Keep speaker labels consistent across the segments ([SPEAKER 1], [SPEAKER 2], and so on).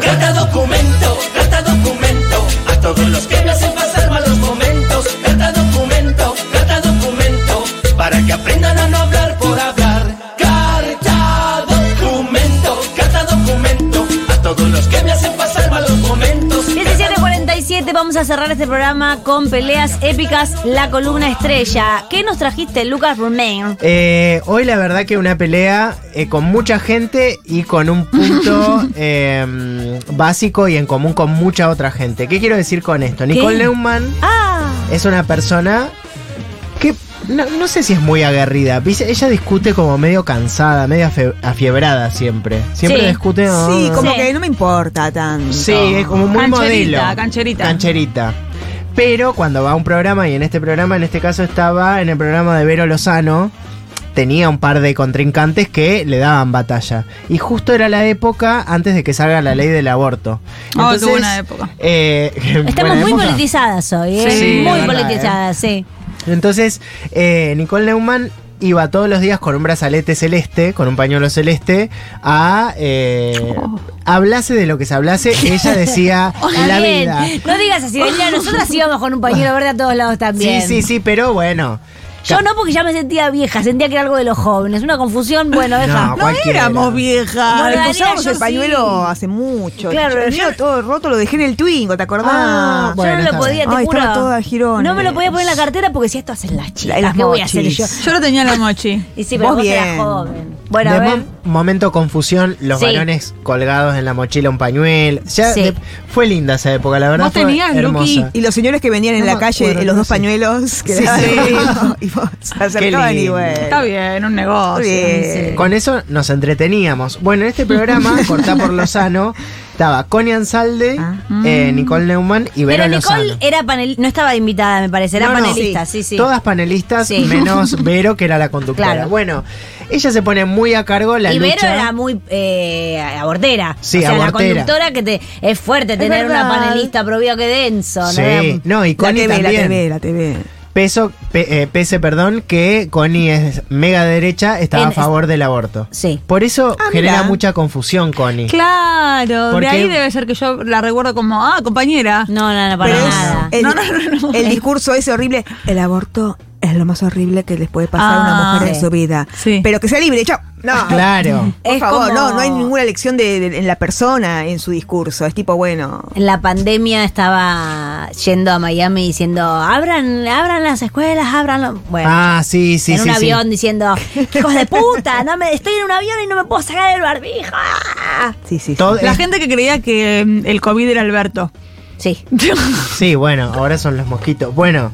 [SPEAKER 1] Carta documento, carta documento. A todos los que me hacen pasar malos momentos. Carta documento, carta documento. Para que aprendan a no hablar por hablar. Carta documento, carta documento. A todos los que me hacen pasar malos momentos.
[SPEAKER 2] 17.47 vamos a cerrar este programa con peleas épicas, la columna estrella. ¿Qué nos trajiste, Lucas Romain?
[SPEAKER 3] Eh, hoy la verdad que una pelea eh, con mucha gente y con un punto eh, básico y en común con mucha otra gente. ¿Qué quiero decir con esto? Nicole Neumann
[SPEAKER 2] Ah,
[SPEAKER 3] es una persona que no, no sé si es muy aguerrida. Dice- Ella discute como medio cansada, medio afe- afiebrada siempre. Siempre
[SPEAKER 2] Sí.
[SPEAKER 3] discute.
[SPEAKER 4] Sí,
[SPEAKER 3] ah,
[SPEAKER 4] como
[SPEAKER 2] Sí.
[SPEAKER 4] que no me importa tanto.
[SPEAKER 3] Sí, es como muy
[SPEAKER 5] Cancherita,
[SPEAKER 3] modelo.
[SPEAKER 5] cancherita.
[SPEAKER 3] Cancherita. Pero cuando va a un programa, y en este programa, en este caso estaba en el programa de Vero Lozano, tenía un par de contrincantes que le daban batalla. Y justo era la época antes de que salga la ley del aborto.
[SPEAKER 5] Oh, qué buena época.
[SPEAKER 3] eh,
[SPEAKER 2] estamos
[SPEAKER 3] buena
[SPEAKER 2] muy
[SPEAKER 3] época.
[SPEAKER 2] politizadas hoy, ¿eh?
[SPEAKER 3] Sí, la
[SPEAKER 2] muy
[SPEAKER 3] verdad, ¿eh?
[SPEAKER 2] politizadas, sí.
[SPEAKER 3] Entonces, eh, Nicole Neumann iba todos los días con un brazalete celeste, con un pañuelo celeste, a... eh,
[SPEAKER 2] Oh.
[SPEAKER 3] Hablase de lo que se hablase, ella decía la
[SPEAKER 2] Está bien.
[SPEAKER 3] vida.
[SPEAKER 2] No digas así, Belina, nosotras íbamos con un pañuelo verde a todos lados también.
[SPEAKER 3] Sí, sí, sí, pero bueno.
[SPEAKER 2] Yo no porque ya me sentía vieja, sentía que era algo de los jóvenes. Una confusión, bueno, deja.
[SPEAKER 3] No,
[SPEAKER 4] No
[SPEAKER 3] cualquiera.
[SPEAKER 4] éramos viejas.
[SPEAKER 2] No, Daniela,
[SPEAKER 4] Usábamos
[SPEAKER 2] yo
[SPEAKER 4] el pañuelo
[SPEAKER 2] sí.
[SPEAKER 4] hace mucho.
[SPEAKER 2] Claro,
[SPEAKER 4] yo, el
[SPEAKER 2] yo-
[SPEAKER 4] mío todo roto lo dejé en el Twingo, ¿te acordás?
[SPEAKER 3] Ah, bueno.
[SPEAKER 2] yo no
[SPEAKER 3] está
[SPEAKER 2] lo podía, te
[SPEAKER 4] bien. Ay,
[SPEAKER 2] juro.
[SPEAKER 4] estaba toda girón.
[SPEAKER 2] No me lo podía poner en la cartera porque si esto hacen las chicas,
[SPEAKER 4] Las
[SPEAKER 2] ¿qué voy a hacer
[SPEAKER 4] mochis.
[SPEAKER 2] yo?
[SPEAKER 5] Yo lo tenía en la mochi.
[SPEAKER 2] Y sí, pero vos,
[SPEAKER 4] Vos
[SPEAKER 2] eras
[SPEAKER 4] bien.
[SPEAKER 2] joven. Bueno, a
[SPEAKER 3] de
[SPEAKER 2] ver.
[SPEAKER 3] mom- momento confusión, los
[SPEAKER 2] Sí.
[SPEAKER 3] varones colgados en la mochila un pañuelo. Ya
[SPEAKER 2] Sí.
[SPEAKER 3] de- fue linda esa época, la verdad.
[SPEAKER 5] ¿Vos
[SPEAKER 3] fue
[SPEAKER 5] tenías,
[SPEAKER 3] hermosa.
[SPEAKER 5] Luqui?
[SPEAKER 4] Y los señores que venían en
[SPEAKER 3] No
[SPEAKER 4] la
[SPEAKER 3] me
[SPEAKER 4] calle,
[SPEAKER 3] acuerdo,
[SPEAKER 4] los
[SPEAKER 3] no
[SPEAKER 4] dos
[SPEAKER 3] sé.
[SPEAKER 4] pañuelos que
[SPEAKER 3] Sí,
[SPEAKER 4] le daban
[SPEAKER 3] sí.
[SPEAKER 4] el- y vos se acercaban y
[SPEAKER 3] lindo.
[SPEAKER 4] bueno.
[SPEAKER 5] Está bien, un
[SPEAKER 4] Está
[SPEAKER 5] negocio.
[SPEAKER 4] bien.
[SPEAKER 3] Con eso nos entreteníamos. Bueno, en este programa, cortá por Lozano, estaba Connie Ansalde, eh, Nicole Neumann y Vero
[SPEAKER 2] Ah. Pero Nicole
[SPEAKER 3] Lozano.
[SPEAKER 2] era panel, no estaba invitada, me parece, era
[SPEAKER 3] No, no.
[SPEAKER 2] panelista, sí, sí.
[SPEAKER 3] Todas panelistas,
[SPEAKER 2] Sí.
[SPEAKER 3] menos Vero, que era la conductora.
[SPEAKER 2] Claro.
[SPEAKER 3] Bueno, ella se pone muy a cargo la
[SPEAKER 2] y
[SPEAKER 3] lucha.
[SPEAKER 2] Vero era muy eh, abortera.
[SPEAKER 3] Sí,
[SPEAKER 2] o sea,
[SPEAKER 3] abortera.
[SPEAKER 2] la conductora que te es fuerte tener
[SPEAKER 4] verdad.
[SPEAKER 2] una panelista provida que denso, ¿no?
[SPEAKER 3] Sí, no, y
[SPEAKER 4] La
[SPEAKER 3] Connie
[SPEAKER 4] TV, la
[SPEAKER 3] también.
[SPEAKER 4] TV, la TV.
[SPEAKER 3] Peso, pe- eh, pese, perdón, que Connie es mega derecha, estaba a
[SPEAKER 2] En-
[SPEAKER 3] favor del aborto.
[SPEAKER 2] Sí.
[SPEAKER 3] Por eso
[SPEAKER 4] Ah,
[SPEAKER 3] genera
[SPEAKER 4] mirá.
[SPEAKER 3] mucha confusión, Connie.
[SPEAKER 5] Claro,
[SPEAKER 3] Porque-
[SPEAKER 5] de ahí debe ser que yo la recuerdo como, ah, compañera.
[SPEAKER 2] No, no, no, para
[SPEAKER 4] Pero es
[SPEAKER 2] nada.
[SPEAKER 4] el,
[SPEAKER 5] No, no, no, no.
[SPEAKER 4] el discurso ese horrible, el aborto es lo más horrible que les puede pasar a
[SPEAKER 5] Ah,
[SPEAKER 4] una mujer
[SPEAKER 2] sí.
[SPEAKER 4] en su vida.
[SPEAKER 5] Sí.
[SPEAKER 4] Pero que sea libre, chao. No.
[SPEAKER 3] Ah. Claro.
[SPEAKER 4] Por
[SPEAKER 2] Es
[SPEAKER 4] favor,
[SPEAKER 2] como-
[SPEAKER 4] no, no hay ninguna lección de, de- en la persona en su discurso. Es tipo, bueno.
[SPEAKER 2] En la pandemia estaba yendo a Miami diciendo, abran, abran las escuelas, abran Bueno,
[SPEAKER 3] Ah, sí, sí,
[SPEAKER 2] en
[SPEAKER 3] sí.
[SPEAKER 2] un
[SPEAKER 3] sí.
[SPEAKER 2] avión diciendo, hijos de puta, no me, estoy en un avión y no me puedo sacar el barbijo.
[SPEAKER 4] Sí, sí. sí.
[SPEAKER 3] Todo-
[SPEAKER 5] La
[SPEAKER 3] eh,
[SPEAKER 5] gente que creía que mm, el COVID era Alberto.
[SPEAKER 2] Sí.
[SPEAKER 3] sí, bueno, ahora son los mosquitos. Bueno,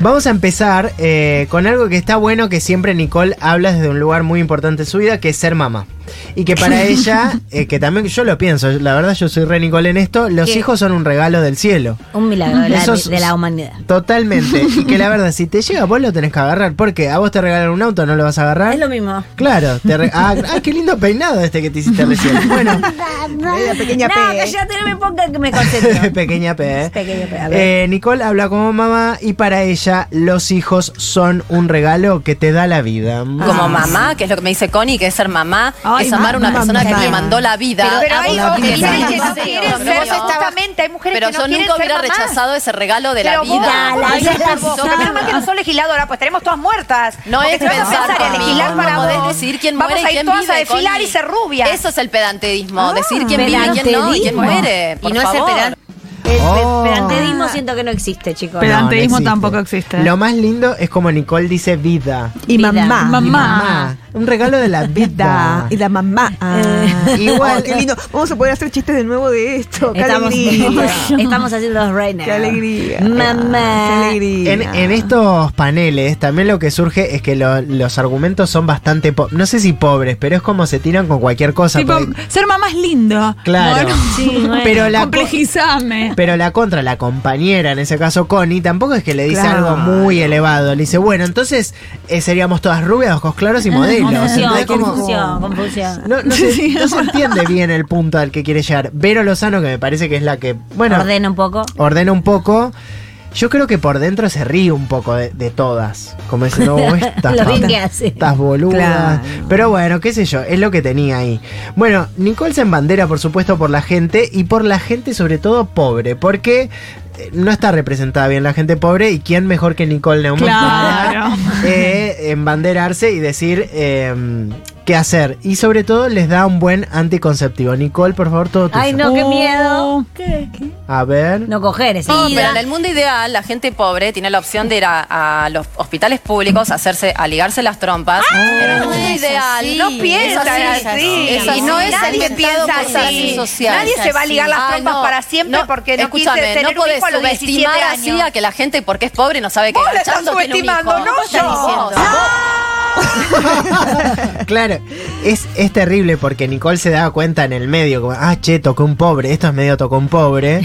[SPEAKER 3] vamos a empezar eh, con algo que está bueno que siempre Nicole habla desde un lugar muy importante de su vida, que es ser mamá. Y que para ella, eh, que también yo lo pienso, la verdad yo soy re Nicole en esto, los
[SPEAKER 2] ¿Qué?
[SPEAKER 3] hijos son un regalo del cielo.
[SPEAKER 2] Un milagro de la,
[SPEAKER 3] Esos-
[SPEAKER 2] de la humanidad.
[SPEAKER 3] Totalmente. Y que la verdad, si te llega, vos lo tenés que agarrar. Porque a vos te regalan un auto, no lo vas a agarrar.
[SPEAKER 2] Es lo mismo.
[SPEAKER 3] Claro. Te re- ah, ah, qué lindo peinado este que te hiciste recién. Bueno,
[SPEAKER 4] Media pequeña
[SPEAKER 2] no,
[SPEAKER 4] P.
[SPEAKER 2] cállate, no me ponga que me concentro.
[SPEAKER 3] pequeña P.
[SPEAKER 2] Pequeña P, a ver.
[SPEAKER 3] Eh, Nicole habla como mamá y para ella los hijos son un regalo que te da la vida. Ah.
[SPEAKER 6] Como
[SPEAKER 7] Ah,
[SPEAKER 6] mamá, que es lo que me dice Connie, que es ser mamá,
[SPEAKER 5] Ay,
[SPEAKER 6] es amar a una
[SPEAKER 5] mamá,
[SPEAKER 6] persona que
[SPEAKER 5] mamá.
[SPEAKER 6] me mandó la vida.
[SPEAKER 7] Pero
[SPEAKER 6] a
[SPEAKER 7] hay
[SPEAKER 6] vos
[SPEAKER 7] mujeres
[SPEAKER 6] te
[SPEAKER 7] que
[SPEAKER 6] quiero.
[SPEAKER 7] no quieren
[SPEAKER 6] Pero
[SPEAKER 7] ser,
[SPEAKER 6] vos estabas-
[SPEAKER 7] justamente, hay mujeres
[SPEAKER 6] Pero
[SPEAKER 7] que no
[SPEAKER 6] yo
[SPEAKER 7] quieren
[SPEAKER 6] nunca
[SPEAKER 7] ser
[SPEAKER 6] hubiera
[SPEAKER 7] mamás.
[SPEAKER 6] rechazado ese regalo de la
[SPEAKER 7] Pero vos,
[SPEAKER 6] vida.
[SPEAKER 2] la
[SPEAKER 7] Ay,
[SPEAKER 2] vida
[SPEAKER 7] por favor,
[SPEAKER 2] pesada.
[SPEAKER 7] menos mal que no sos legisladora, pues tenemos todas muertas.
[SPEAKER 6] No
[SPEAKER 7] Porque
[SPEAKER 6] es
[SPEAKER 7] si vas a
[SPEAKER 6] pensar
[SPEAKER 7] pensar en
[SPEAKER 6] conmigo,
[SPEAKER 7] legislar
[SPEAKER 6] no
[SPEAKER 7] para vos.
[SPEAKER 6] podés decir quién
[SPEAKER 7] Vamos
[SPEAKER 6] muere y
[SPEAKER 7] a ir
[SPEAKER 6] quién
[SPEAKER 7] todas
[SPEAKER 6] vive,
[SPEAKER 7] a desfilar
[SPEAKER 6] Connie.
[SPEAKER 7] y Ah, ser rubias.
[SPEAKER 6] Eso es el pedanterismo, decir quién vive y quién no y quién
[SPEAKER 2] pedanterismo.
[SPEAKER 6] muere.
[SPEAKER 7] Y no es el pedan-
[SPEAKER 2] El
[SPEAKER 3] Oh.
[SPEAKER 2] pe- pedanterismo siento que no existe, chicos.
[SPEAKER 5] Pero- Pedanteísmo
[SPEAKER 3] existe.
[SPEAKER 5] tampoco existe.
[SPEAKER 3] Lo más lindo es como Nicole dice vida.
[SPEAKER 4] Y
[SPEAKER 2] Vida.
[SPEAKER 4] mamá.
[SPEAKER 5] Mamá.
[SPEAKER 3] Y mamá. Un regalo de la
[SPEAKER 4] Da.
[SPEAKER 3] vida.
[SPEAKER 4] Y la mamá.
[SPEAKER 3] Igual-
[SPEAKER 2] Eh.
[SPEAKER 4] Igual. Oh, qué lindo. Vamos a poder hacer chistes de nuevo de esto. Qué
[SPEAKER 2] Estamos,
[SPEAKER 4] alegría.
[SPEAKER 2] estamos haciendo los right now.
[SPEAKER 4] Qué alegría. Qué
[SPEAKER 2] Mamá.
[SPEAKER 4] alegría.
[SPEAKER 3] En, en estos paneles también lo que surge es que lo- los argumentos son bastante, po- no sé si pobres, pero es como se tiran con cualquier cosa.
[SPEAKER 5] Tipo,
[SPEAKER 3] porque-
[SPEAKER 5] ser mamá es lindo.
[SPEAKER 3] pues, claro.
[SPEAKER 5] Bueno,
[SPEAKER 2] Sí, bueno.
[SPEAKER 3] Pero la, co-
[SPEAKER 5] complejizame.
[SPEAKER 3] pero la contra, la compañera, en ese caso Connie, tampoco es que le dice
[SPEAKER 4] Claro.
[SPEAKER 3] algo muy elevado. Le dice, bueno, entonces eh, seríamos todas rubias, ojos claros y modelos.
[SPEAKER 2] Confusión,
[SPEAKER 3] Entonces, como-
[SPEAKER 2] confusión, confusión.
[SPEAKER 3] no, no se, no se entiende bien el punto al que quiere llegar. Vero Lozano, que me parece que es la que, bueno,
[SPEAKER 2] Ordena un poco.
[SPEAKER 3] ordena un poco. Yo creo que por dentro se ríe un poco de, de todas. Como "Oh, ese no, vos estás,
[SPEAKER 2] Lo bien
[SPEAKER 3] tonta,
[SPEAKER 2] que hace.
[SPEAKER 3] estás boluda.
[SPEAKER 4] Claro.
[SPEAKER 3] Pero bueno, qué sé yo, es lo que tenía ahí. Bueno, Nicole se embandera, por supuesto, por la gente y por la gente, sobre todo, pobre. Porque eh, no está representada bien la gente pobre y quién mejor que Nicole Neumann
[SPEAKER 5] Claro.
[SPEAKER 3] para eh, embanderarse y decir. eh, ¿Qué hacer? Y sobre todo les da un buen anticonceptivo. Nicole, por favor, todo tuyo.
[SPEAKER 2] Ay, no, qué
[SPEAKER 5] Oh.
[SPEAKER 2] miedo.
[SPEAKER 3] A ver.
[SPEAKER 2] No coger, es
[SPEAKER 6] No, pero
[SPEAKER 2] ida.
[SPEAKER 6] en el mundo ideal, la gente pobre tiene la opción de ir a, a los hospitales públicos a hacerse, a ligarse las trompas.
[SPEAKER 7] Ah,
[SPEAKER 6] Pero en el mundo ideal.
[SPEAKER 7] No piensa
[SPEAKER 6] es
[SPEAKER 7] así.
[SPEAKER 6] Es
[SPEAKER 7] Y no es
[SPEAKER 6] Nadie
[SPEAKER 7] alguien piensa
[SPEAKER 6] por
[SPEAKER 7] así.
[SPEAKER 6] social.
[SPEAKER 7] Nadie se va a ligar las
[SPEAKER 6] Ah,
[SPEAKER 7] trompas para siempre porque no quise
[SPEAKER 6] escúchame,
[SPEAKER 7] tener
[SPEAKER 6] no
[SPEAKER 7] un
[SPEAKER 6] podés
[SPEAKER 7] hijo a los 17
[SPEAKER 6] subestimar así
[SPEAKER 7] años.
[SPEAKER 6] a que la gente porque es pobre no sabe que
[SPEAKER 7] Vos la estás
[SPEAKER 6] Gachando tiene un hijo.
[SPEAKER 7] subestimando, no
[SPEAKER 6] Vos estás
[SPEAKER 7] yo.
[SPEAKER 6] diciendo.
[SPEAKER 3] Claro, es, es terrible porque Nicole se da cuenta en el medio, como, ah, che, tocó un pobre, esto es medio tocó un pobre.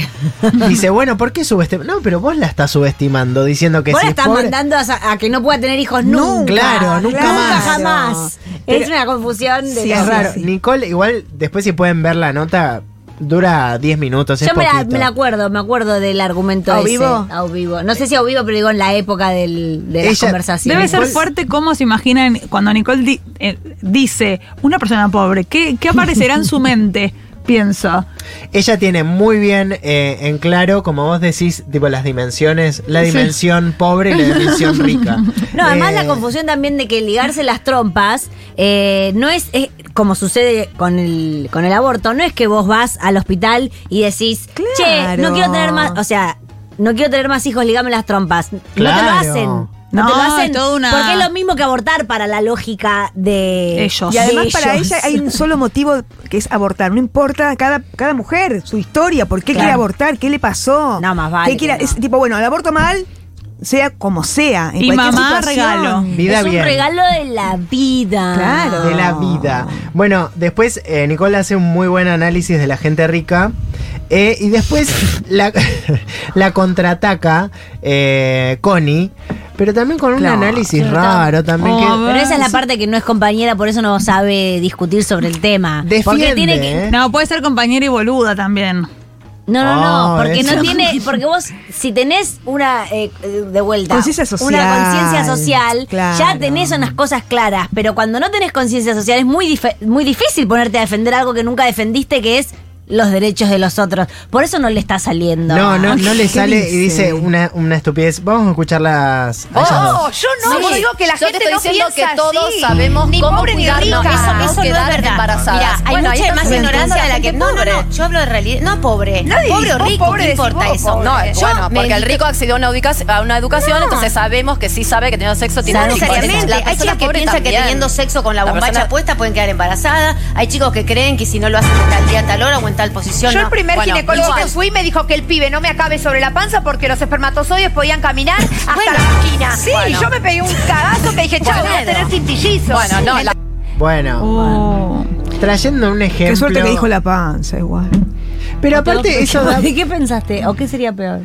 [SPEAKER 3] Dice, bueno, ¿por qué subestimar? No, pero vos la estás subestimando, diciendo que
[SPEAKER 2] Vos
[SPEAKER 3] si
[SPEAKER 2] la
[SPEAKER 3] es
[SPEAKER 2] estás
[SPEAKER 3] pobre-
[SPEAKER 2] mandando a, sa- a que no pueda tener hijos nunca.
[SPEAKER 3] claro, nunca más.
[SPEAKER 2] jamás. es una confusión de...
[SPEAKER 4] Sí,
[SPEAKER 3] Es
[SPEAKER 4] sí,
[SPEAKER 3] raro.
[SPEAKER 4] sí.
[SPEAKER 3] Nicole, igual, después si pueden ver la nota, dura 10 minutos, es
[SPEAKER 2] Yo me la,
[SPEAKER 3] poquito.
[SPEAKER 2] me la acuerdo, me acuerdo del argumento
[SPEAKER 4] ¿A
[SPEAKER 2] ese,
[SPEAKER 4] vivo?
[SPEAKER 2] a vivo. No sé si a vivo, pero digo en la época del, de las
[SPEAKER 3] Ella-
[SPEAKER 2] conversaciones.
[SPEAKER 5] Debe ser fuerte cómo se imaginan cuando Nicole di- eh, dice una persona pobre. ¿qué, qué aparecerá en su mente? Pienso.
[SPEAKER 3] Ella tiene muy bien eh, en claro, como vos decís, tipo las dimensiones, la dimensión pobre y la dimensión rica.
[SPEAKER 2] No, además la
[SPEAKER 3] Eh,
[SPEAKER 2] confusión también de que ligarse las trompas eh, no es, es como sucede con el, con el aborto, no es que vos vas al hospital y decís, che, no
[SPEAKER 4] Claro.
[SPEAKER 2] quiero tener más, o sea, no quiero tener más hijos, ligame las trompas.
[SPEAKER 3] Claro.
[SPEAKER 2] No te lo hacen. No,
[SPEAKER 5] No,
[SPEAKER 2] te lo hacen
[SPEAKER 5] es toda una-
[SPEAKER 2] porque es lo mismo que abortar para la lógica de
[SPEAKER 5] Ellos.
[SPEAKER 4] Y
[SPEAKER 2] de
[SPEAKER 4] además para
[SPEAKER 2] ellos.
[SPEAKER 4] ella hay un solo motivo que es abortar. No importa cada, cada mujer, su historia, por qué
[SPEAKER 2] Claro.
[SPEAKER 4] quiere abortar, qué le pasó.
[SPEAKER 2] No, más vale
[SPEAKER 4] ¿Qué quiere-
[SPEAKER 2] que no.
[SPEAKER 4] Es tipo, bueno, el aborto mal, sea como sea. En
[SPEAKER 5] Y
[SPEAKER 4] cualquier
[SPEAKER 5] mamá,
[SPEAKER 4] situación.
[SPEAKER 5] regalo.
[SPEAKER 3] vida
[SPEAKER 2] es un
[SPEAKER 3] bien.
[SPEAKER 2] regalo de la vida.
[SPEAKER 4] Claro.
[SPEAKER 3] de la vida. Bueno, después eh, Nicole hace un muy buen análisis de la gente rica. eh, y después la, la contraataca eh, Connie, pero también con un
[SPEAKER 4] Claro,
[SPEAKER 3] análisis raro también. que-
[SPEAKER 5] Oh,
[SPEAKER 2] Pero esa es la
[SPEAKER 5] Sí.
[SPEAKER 2] parte que no es compañera, por eso no sabe discutir sobre el tema.
[SPEAKER 3] Defiende,
[SPEAKER 2] porque tiene que,
[SPEAKER 3] ¿eh?
[SPEAKER 5] No, puede ser compañera y boluda también.
[SPEAKER 2] No, no, no,
[SPEAKER 3] Oh,
[SPEAKER 2] porque
[SPEAKER 3] eso.
[SPEAKER 2] no tiene, porque vos, si tenés una, eh, de vuelta,
[SPEAKER 4] Conciencia social.
[SPEAKER 2] una conciencia social,
[SPEAKER 4] Claro.
[SPEAKER 2] ya tenés unas cosas claras, pero cuando no tenés conciencia social es muy, dif- muy difícil ponerte a defender algo que nunca defendiste, que es los derechos de los otros. Por eso no le está saliendo.
[SPEAKER 3] No, no, no le
[SPEAKER 4] ¿Qué
[SPEAKER 3] sale y
[SPEAKER 4] dice?
[SPEAKER 3] dice una, una estupidez. Vamos a escucharlas. a ellas
[SPEAKER 7] Oh,
[SPEAKER 3] dos.
[SPEAKER 7] yo no,
[SPEAKER 6] Sí.
[SPEAKER 7] yo digo que la
[SPEAKER 6] Yo
[SPEAKER 7] gente
[SPEAKER 6] te estoy
[SPEAKER 7] no
[SPEAKER 6] diciendo
[SPEAKER 7] piensa
[SPEAKER 6] que todos
[SPEAKER 7] así.
[SPEAKER 6] sabemos
[SPEAKER 7] ni
[SPEAKER 6] cómo
[SPEAKER 7] pobre ni
[SPEAKER 6] cuidarnos,
[SPEAKER 7] rica.
[SPEAKER 6] eso no
[SPEAKER 8] Eso no
[SPEAKER 6] quedar
[SPEAKER 8] es verdad.
[SPEAKER 6] embarazadas.
[SPEAKER 8] Mirá, hay
[SPEAKER 6] Bueno, ahí
[SPEAKER 8] mucha
[SPEAKER 6] está
[SPEAKER 8] más
[SPEAKER 6] subiendo
[SPEAKER 8] ignorancia
[SPEAKER 6] la
[SPEAKER 8] de la que.
[SPEAKER 6] gente
[SPEAKER 8] No, no,
[SPEAKER 6] pobre.
[SPEAKER 8] no. Yo hablo de realidad. No pobre.
[SPEAKER 7] Nadie
[SPEAKER 8] pobre o
[SPEAKER 7] dijo
[SPEAKER 8] rico,
[SPEAKER 7] pobre,
[SPEAKER 8] ¿qué
[SPEAKER 7] decís
[SPEAKER 8] importa
[SPEAKER 7] vos,
[SPEAKER 8] eso?
[SPEAKER 7] pobre.
[SPEAKER 6] No,
[SPEAKER 8] Yo
[SPEAKER 6] bueno,
[SPEAKER 8] me
[SPEAKER 6] porque el
[SPEAKER 8] dedico-
[SPEAKER 6] rico accedió a una, ubica- a una educación, entonces sabemos que sí sabe que teniendo sexo tiene
[SPEAKER 8] No
[SPEAKER 6] un hijo.
[SPEAKER 8] necesariamente.
[SPEAKER 6] La
[SPEAKER 8] Hay
[SPEAKER 6] persona
[SPEAKER 8] chicas que
[SPEAKER 6] pobre
[SPEAKER 8] piensan que
[SPEAKER 6] también.
[SPEAKER 8] teniendo sexo con la
[SPEAKER 6] La
[SPEAKER 8] bombacha
[SPEAKER 6] persona-
[SPEAKER 8] puesta pueden quedar embarazadas. Hay chicos que creen que si no lo hacen de tal día a tal hora o en tal posición.
[SPEAKER 7] Yo
[SPEAKER 8] no.
[SPEAKER 7] el primer
[SPEAKER 8] Bueno,
[SPEAKER 7] ginecólogo
[SPEAKER 8] igual.
[SPEAKER 7] que fui me dijo que el pibe no me acabe sobre la panza porque los espermatozoides podían caminar hasta
[SPEAKER 8] Bueno,
[SPEAKER 7] la esquina.
[SPEAKER 8] sí.
[SPEAKER 7] Sí,
[SPEAKER 8] Bueno.
[SPEAKER 7] yo me pegué un cagazo que dije, chao, voy a
[SPEAKER 8] Bueno.
[SPEAKER 7] tener cintillizos.
[SPEAKER 6] Bueno, no, la-
[SPEAKER 3] Bueno,
[SPEAKER 5] Oh.
[SPEAKER 3] trayendo un ejemplo.
[SPEAKER 4] Qué suerte que dijo la panza, igual.
[SPEAKER 3] Pero aparte, eso da.
[SPEAKER 2] ¿De qué pensaste? ¿O qué sería peor?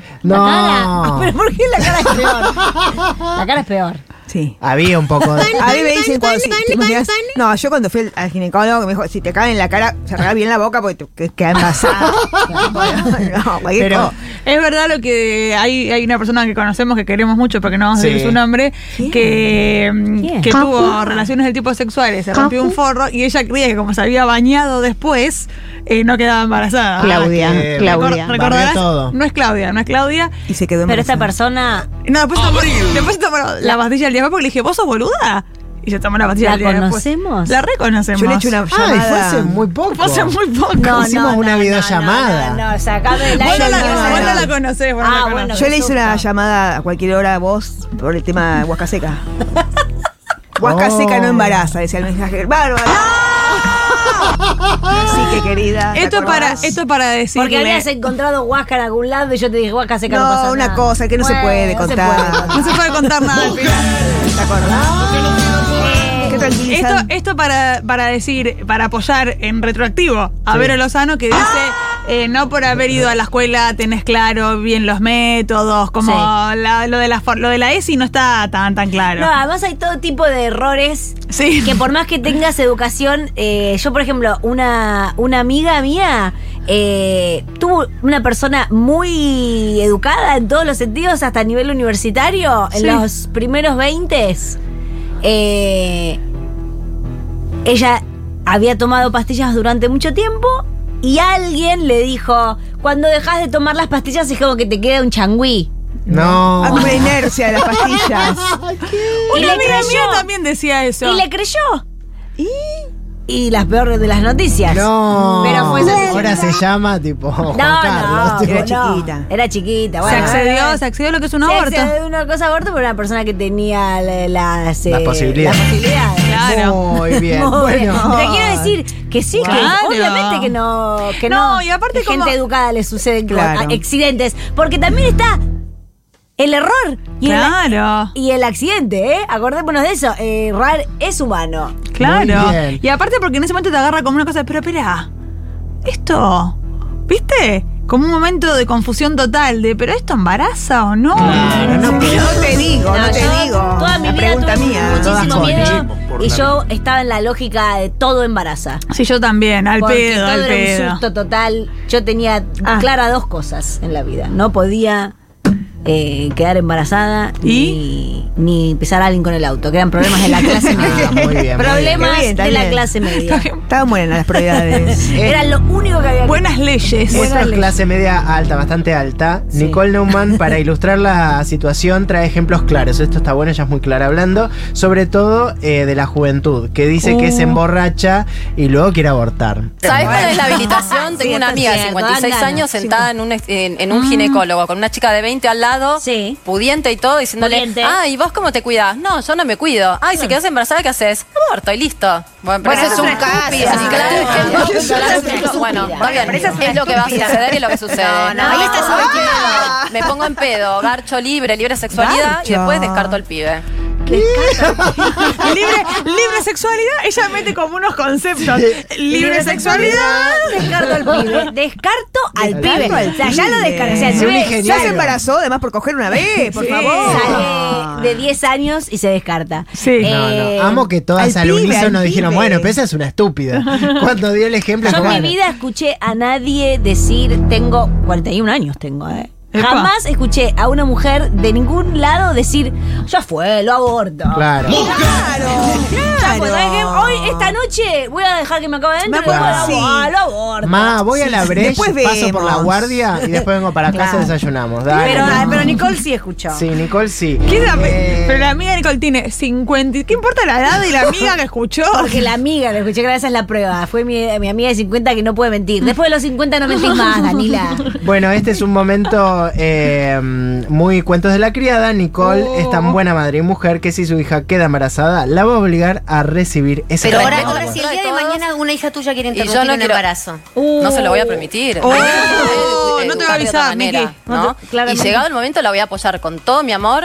[SPEAKER 2] La
[SPEAKER 3] No.
[SPEAKER 2] cara. ¿Pero por qué la cara es peor? La cara es peor.
[SPEAKER 4] Sí.
[SPEAKER 3] Había un poco de.
[SPEAKER 4] A mí me dicen cuando si- te imaginas- No, yo cuando fui al- al ginecólogo me dijo, si te cae en la cara, cerrar bien la boca porque te queda embarazada. Bueno, no, cualquier
[SPEAKER 3] Pero-
[SPEAKER 4] cosa.
[SPEAKER 5] Es verdad lo que hay, hay una persona que conocemos que queremos mucho, porque no vamos a
[SPEAKER 3] Sí.
[SPEAKER 5] decir su nombre, que, mm,
[SPEAKER 2] ¿Quién?
[SPEAKER 5] que tuvo relaciones del tipo sexuales, se rompió un forro y ella creía que como se había bañado después, eh, no quedaba embarazada.
[SPEAKER 9] Claudia,
[SPEAKER 3] que-
[SPEAKER 5] Recor-
[SPEAKER 9] Claudia.
[SPEAKER 5] Recordarás,
[SPEAKER 3] eh, Barrió todo.
[SPEAKER 5] no es Claudia, no es Claudia.
[SPEAKER 4] Y se quedó
[SPEAKER 2] Pero esta
[SPEAKER 4] embarazada.
[SPEAKER 2] persona
[SPEAKER 5] No, después tomó, después tomó la pastilla del día después porque le dije, ¿vos sos boluda? Y yo tomé la pastilla
[SPEAKER 2] ¿La
[SPEAKER 5] del día después.
[SPEAKER 2] conocemos?
[SPEAKER 5] La reconocemos.
[SPEAKER 4] Yo le eché una llamada.
[SPEAKER 3] Ay, fue hace muy poco.
[SPEAKER 5] Fue hace muy poco.
[SPEAKER 2] no,
[SPEAKER 3] Hicimos
[SPEAKER 2] no,
[SPEAKER 3] una
[SPEAKER 2] no, no,
[SPEAKER 3] videollamada.
[SPEAKER 2] No, no, no, sacame del
[SPEAKER 5] Vos
[SPEAKER 2] aire.
[SPEAKER 5] no la,
[SPEAKER 2] no, no,
[SPEAKER 5] vos
[SPEAKER 2] no.
[SPEAKER 5] no la conocés, vos
[SPEAKER 2] Ah,
[SPEAKER 5] no la
[SPEAKER 2] bueno,
[SPEAKER 5] conocés.
[SPEAKER 4] Yo le hice una
[SPEAKER 2] Susto.
[SPEAKER 4] llamada a cualquier hora a vos por el tema de Huasca Seca. Huasca Seca no embaraza, decía el mensaje. ¡Bárbara! Así que querida. ¿te
[SPEAKER 5] Esto es para,
[SPEAKER 4] acordás?
[SPEAKER 5] esto es para decirle.
[SPEAKER 2] Porque habías encontrado Huasca en algún lado y yo te dije, Huasca seca no, pasa
[SPEAKER 4] No, una
[SPEAKER 2] nada.
[SPEAKER 4] cosa que no se
[SPEAKER 2] Bueno,
[SPEAKER 4] puede
[SPEAKER 2] no se
[SPEAKER 4] contar.
[SPEAKER 5] No se puede contar nada al final.
[SPEAKER 4] ¿Te acordás? Qué
[SPEAKER 5] Esto,
[SPEAKER 4] tranquilizante.
[SPEAKER 5] esto para, para decir, para apoyar en retroactivo a Vero Lozano que dice,
[SPEAKER 2] Ah.
[SPEAKER 5] eh, no por haber ido a la escuela tenés claro bien los métodos, como la- lo, de la, for- lo de la ESI no está tan tan claro.
[SPEAKER 2] No, además hay todo tipo de errores
[SPEAKER 5] sí.
[SPEAKER 2] que por más que tengas educación, eh, yo por ejemplo, una, una amiga mía eh, tuvo una persona muy educada en todos los sentidos, hasta a nivel universitario,
[SPEAKER 5] Sí.
[SPEAKER 2] en los primeros 20. ella había tomado pastillas durante mucho tiempo y alguien le dijo, cuando dejas de tomar las pastillas es como que te queda un changüí.
[SPEAKER 3] No.
[SPEAKER 4] Ah, como una inercia de las pastillas.
[SPEAKER 2] y
[SPEAKER 5] Una
[SPEAKER 2] le
[SPEAKER 5] amiga mía
[SPEAKER 2] creyó.
[SPEAKER 5] también decía eso.
[SPEAKER 2] Y le creyó. Y, las peores de las noticias.
[SPEAKER 3] Ah, pues, No.
[SPEAKER 2] Pero fue esa-
[SPEAKER 3] Ahora se llama tipo Juan
[SPEAKER 2] No,
[SPEAKER 3] Carlos.
[SPEAKER 2] no,
[SPEAKER 3] tipo,
[SPEAKER 4] era
[SPEAKER 2] no.
[SPEAKER 4] chiquita.
[SPEAKER 2] Era chiquita,
[SPEAKER 5] se
[SPEAKER 2] bueno.
[SPEAKER 5] accedió, se accedió a lo que es un
[SPEAKER 2] Se
[SPEAKER 5] aborto.
[SPEAKER 2] accedió de una cosa aborto por una persona que tenía la- las, eh,
[SPEAKER 3] Las posibilidades.
[SPEAKER 2] las posibilidades.
[SPEAKER 5] Claro.
[SPEAKER 3] Muy
[SPEAKER 2] Muy
[SPEAKER 3] bien.
[SPEAKER 2] bien.
[SPEAKER 3] bueno.
[SPEAKER 2] Pero quiero decir que sí,
[SPEAKER 5] Claro.
[SPEAKER 2] que obviamente que no. Que no,
[SPEAKER 5] No, y aparte
[SPEAKER 2] que gente
[SPEAKER 5] como-
[SPEAKER 2] educada le suceden co-
[SPEAKER 4] Claro.
[SPEAKER 2] a- accidentes. Porque también está el error y, el,
[SPEAKER 5] Claro.
[SPEAKER 2] y el accidente, ¿eh? Acordémonos de eso. eh, errar es humano.
[SPEAKER 3] Muy
[SPEAKER 5] Claro.
[SPEAKER 3] bien.
[SPEAKER 5] Y aparte porque en ese momento te agarra como una cosa, pero espera, esto, ¿viste? Como un momento de confusión total, de, pero esto embaraza o no.
[SPEAKER 4] No, te digo, no, te
[SPEAKER 2] yo
[SPEAKER 4] digo.
[SPEAKER 2] Toda mi
[SPEAKER 4] la
[SPEAKER 2] vida
[SPEAKER 4] pregunta
[SPEAKER 2] tuve
[SPEAKER 4] mía.
[SPEAKER 2] muchísimo miedo
[SPEAKER 9] Machismo, por
[SPEAKER 2] y
[SPEAKER 9] la-
[SPEAKER 2] yo estaba en la lógica de todo embaraza.
[SPEAKER 5] Sí, yo también, al
[SPEAKER 2] Porque
[SPEAKER 5] pedo,
[SPEAKER 2] todo
[SPEAKER 5] al
[SPEAKER 2] era un
[SPEAKER 5] pedo.
[SPEAKER 2] susto total. Yo tenía
[SPEAKER 4] Ah.
[SPEAKER 2] clara dos cosas en la vida. No podía eh, quedar embarazada
[SPEAKER 5] ¿Y?
[SPEAKER 2] ni, ni pisar a alguien con el auto, que eran problemas de la clase media.
[SPEAKER 3] Ah, muy bien. muy bien.
[SPEAKER 2] problemas
[SPEAKER 4] Qué bien, está
[SPEAKER 2] de la
[SPEAKER 4] bien.
[SPEAKER 2] clase media.
[SPEAKER 4] Estaban buenas las prioridades. Eh,
[SPEAKER 2] Era lo único que había que
[SPEAKER 5] Buenas leyes.
[SPEAKER 3] Esto es clase media alta, bastante alta.
[SPEAKER 2] Sí.
[SPEAKER 3] Nicole Neumann, para ilustrar la situación, trae ejemplos claros. Esto está bueno, ella es muy clara hablando. Sobre todo eh, de la juventud, que dice que
[SPEAKER 2] Uh.
[SPEAKER 3] se emborracha y luego quiere abortar.
[SPEAKER 6] ¿Sabes cuál es la habilitación?
[SPEAKER 2] Sí,
[SPEAKER 6] Tengo una
[SPEAKER 2] esto
[SPEAKER 6] amiga de
[SPEAKER 2] es cierto,
[SPEAKER 6] 56
[SPEAKER 2] andan.
[SPEAKER 6] años
[SPEAKER 7] pues.
[SPEAKER 6] sentada en un, est- en, en un ginecólogo con una chica de 20 al lado,
[SPEAKER 2] Mm. Sí.
[SPEAKER 6] pudiente y todo, diciéndole,
[SPEAKER 2] Pudiente.
[SPEAKER 6] ay, ¿vos cómo te cuidás? No, yo no me cuido. Ay, si quedas embarazada, ¿qué haces? Aborto y listo. Bueno, pero
[SPEAKER 7] Bueno,
[SPEAKER 6] ese es
[SPEAKER 7] eso
[SPEAKER 6] un
[SPEAKER 7] es una
[SPEAKER 6] caso.
[SPEAKER 7] estúpida.
[SPEAKER 6] Claro,
[SPEAKER 7] Eso
[SPEAKER 6] es
[SPEAKER 7] es
[SPEAKER 6] que-
[SPEAKER 7] una
[SPEAKER 6] claro,
[SPEAKER 7] estúpida.
[SPEAKER 6] es que- Bueno, está bien.
[SPEAKER 7] Pero esa es una
[SPEAKER 6] Es lo que va a
[SPEAKER 7] estúpida.
[SPEAKER 6] suceder y lo que sucede.
[SPEAKER 7] No, no.
[SPEAKER 6] Ahí está subestimado. Me pongo en pedo, garcho libre, libre sexualidad y
[SPEAKER 4] Garcho.
[SPEAKER 6] después descarto al pibe.
[SPEAKER 5] libre, libre sexualidad, ella mete como unos conceptos. Libre sexualidad.
[SPEAKER 2] Descarto al pibe. Descarto al
[SPEAKER 3] Descarto
[SPEAKER 2] pibe.
[SPEAKER 4] al
[SPEAKER 2] o sea, ya lo
[SPEAKER 4] pibe.
[SPEAKER 2] descarto. O sea,
[SPEAKER 3] Es
[SPEAKER 2] si
[SPEAKER 3] un
[SPEAKER 2] ve-
[SPEAKER 3] ingenio.
[SPEAKER 4] Ya se embarazó, además por coger una vez, por
[SPEAKER 5] Sí.
[SPEAKER 4] favor.
[SPEAKER 2] sale de 10 años y se descarta.
[SPEAKER 5] Sí.
[SPEAKER 3] No, no.
[SPEAKER 2] Eh,
[SPEAKER 3] Amo que todas
[SPEAKER 4] al
[SPEAKER 3] al,
[SPEAKER 4] pibe,
[SPEAKER 3] unísono
[SPEAKER 4] al
[SPEAKER 3] dijeron,
[SPEAKER 4] pibe.
[SPEAKER 3] bueno, pero esa es una estúpida. Cuando dio el ejemplo,
[SPEAKER 2] Yo en
[SPEAKER 3] como,
[SPEAKER 2] mi
[SPEAKER 3] bueno,
[SPEAKER 2] vida escuché a nadie decir, tengo 41 años, tengo, ¿eh?
[SPEAKER 5] Epa.
[SPEAKER 2] Jamás escuché a una mujer de ningún lado decir, ya fue, lo aborto.
[SPEAKER 3] Claro.
[SPEAKER 2] Ya fue, ¿sabes qué? Hoy, esta noche, voy a dejar que me acabe dentro
[SPEAKER 4] Me
[SPEAKER 2] y voy a
[SPEAKER 4] acuerdo, sí.
[SPEAKER 2] lo aborto.
[SPEAKER 3] Ma, voy a la brecha,
[SPEAKER 4] Después
[SPEAKER 3] paso por la
[SPEAKER 4] vemos.
[SPEAKER 3] guardia y después vengo para casa
[SPEAKER 2] Claro.
[SPEAKER 3] y desayunamos. Dale.
[SPEAKER 2] Pero, pero Nicole sí escuchó.
[SPEAKER 3] Sí, Nicole sí.
[SPEAKER 5] ¿Qué es la-
[SPEAKER 3] Eh,
[SPEAKER 5] Pero la amiga Nicole tiene 50. y- ¿Qué importa la edad de la amiga que escuchó?
[SPEAKER 2] Porque la amiga, lo escuché, gracias a la prueba. Fue mi, mi amiga de 50 que no puede mentir. Después de los 50 no mentís más, Danila.
[SPEAKER 3] Bueno, este es un momento eh, muy cuentos de la criada. Nicole es
[SPEAKER 2] Oh.
[SPEAKER 3] tan buena madre y mujer que si su hija queda embarazada, la va a obligar a recibir ese
[SPEAKER 8] Pero ahora,
[SPEAKER 6] Respeto
[SPEAKER 8] ahora
[SPEAKER 6] por
[SPEAKER 8] si el día de
[SPEAKER 6] todos.
[SPEAKER 8] mañana una hija tuya quiere
[SPEAKER 6] Y yo
[SPEAKER 8] interrumpir
[SPEAKER 6] no
[SPEAKER 8] un
[SPEAKER 6] quiero- Uh.
[SPEAKER 8] embarazo.
[SPEAKER 6] No se lo voy a permitir.
[SPEAKER 5] Oh,
[SPEAKER 6] Hay que poder, eh,
[SPEAKER 5] no te voy a
[SPEAKER 6] educar de otra
[SPEAKER 5] avisar,
[SPEAKER 6] manera,
[SPEAKER 5] Miki.
[SPEAKER 2] No
[SPEAKER 6] ¿no?
[SPEAKER 2] te- claramente.
[SPEAKER 6] Y llegado el momento la voy a apoyar con todo mi amor.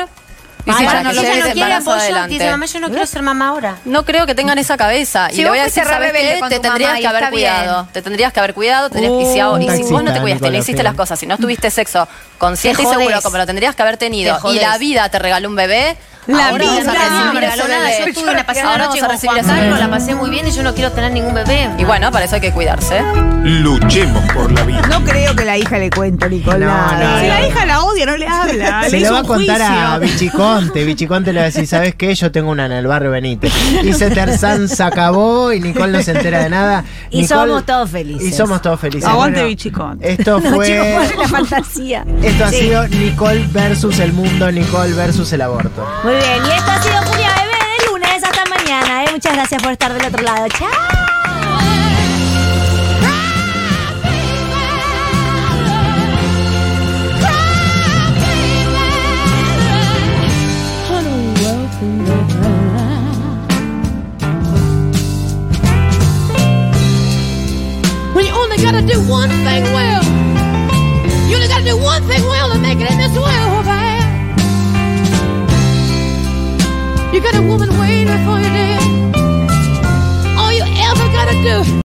[SPEAKER 6] Y
[SPEAKER 8] Si
[SPEAKER 6] si
[SPEAKER 8] ella
[SPEAKER 6] para
[SPEAKER 8] no,
[SPEAKER 6] que llegue ese
[SPEAKER 8] quiere
[SPEAKER 6] embarazo
[SPEAKER 8] apoyo,
[SPEAKER 6] adelante.
[SPEAKER 8] dice mamá, yo no quiero ser mamá ahora.
[SPEAKER 6] No creo que tengan esa cabeza.
[SPEAKER 7] Si
[SPEAKER 6] y le voy a
[SPEAKER 7] vos
[SPEAKER 6] decir,
[SPEAKER 7] fuiste re
[SPEAKER 6] ¿sabes
[SPEAKER 7] rebelde
[SPEAKER 6] qué?
[SPEAKER 7] con
[SPEAKER 6] Te
[SPEAKER 7] tu
[SPEAKER 6] tendrías
[SPEAKER 7] mamá y
[SPEAKER 6] que haber
[SPEAKER 7] está bien.
[SPEAKER 6] cuidado. Te tendrías que haber cuidado, tendrías que y si
[SPEAKER 8] Uh.
[SPEAKER 6] ahora- y si vos no
[SPEAKER 3] Taxista,
[SPEAKER 6] te cuidaste,
[SPEAKER 3] Nicolás,
[SPEAKER 6] no hiciste
[SPEAKER 3] sí.
[SPEAKER 6] las cosas, si no estuviste sexo consciente
[SPEAKER 8] Te
[SPEAKER 6] y seguro
[SPEAKER 8] jodés.
[SPEAKER 6] como lo tendrías que haber tenido,
[SPEAKER 8] Te
[SPEAKER 6] y la
[SPEAKER 8] jodés.
[SPEAKER 6] vida te regaló un bebé,
[SPEAKER 5] La
[SPEAKER 6] ahora
[SPEAKER 5] vida
[SPEAKER 6] vamos a
[SPEAKER 8] No, me
[SPEAKER 6] recibir
[SPEAKER 8] regaló
[SPEAKER 6] ese
[SPEAKER 8] nada. Yo
[SPEAKER 6] bebé.
[SPEAKER 8] estuve una pasada
[SPEAKER 6] Ahora
[SPEAKER 8] noche
[SPEAKER 6] vamos a
[SPEAKER 8] con
[SPEAKER 6] recibir
[SPEAKER 8] Juan
[SPEAKER 6] ese
[SPEAKER 8] Carlos, la
[SPEAKER 6] bebé.
[SPEAKER 8] pasé muy bien y yo no quiero tener ningún bebé.
[SPEAKER 6] Y bueno, para eso hay que cuidarse.
[SPEAKER 9] Luchemos por la vida.
[SPEAKER 4] No creo que la hija le cuente, Nicolás.
[SPEAKER 3] No, no,
[SPEAKER 5] Si la
[SPEAKER 3] no.
[SPEAKER 5] hija la odia, no le habla.
[SPEAKER 3] Se
[SPEAKER 5] le
[SPEAKER 3] lo
[SPEAKER 5] hizo
[SPEAKER 3] va a
[SPEAKER 5] un
[SPEAKER 3] contar a
[SPEAKER 5] juicio.
[SPEAKER 3] Bichiconte. Bichiconte le va a decir, ¿sabes qué? Yo tengo una en el barrio Benítez. Y se Tarzán se acabó y Nicole no se entera de nada.
[SPEAKER 2] Y
[SPEAKER 3] Nicole-
[SPEAKER 2] somos todos felices.
[SPEAKER 3] Y somos todos felices.
[SPEAKER 5] Aguante
[SPEAKER 3] Bueno,
[SPEAKER 5] Bichiconte.
[SPEAKER 3] Esto
[SPEAKER 2] No, chicos,
[SPEAKER 3] fue...
[SPEAKER 2] ponen la fantasía.
[SPEAKER 3] Esto ha
[SPEAKER 2] Sí.
[SPEAKER 3] sido Nicole versus el mundo, Nicole versus el aborto.
[SPEAKER 2] Muy bien, y esto ha sido Furia Bebé de lunes hasta mañana. ¿eh? Muchas gracias por estar del otro lado. Chao.
[SPEAKER 10] When you only gotta do one thing well. You only gotta do one thing well to make it in this world, right? You got a woman waiting for you, dear. All you ever gotta do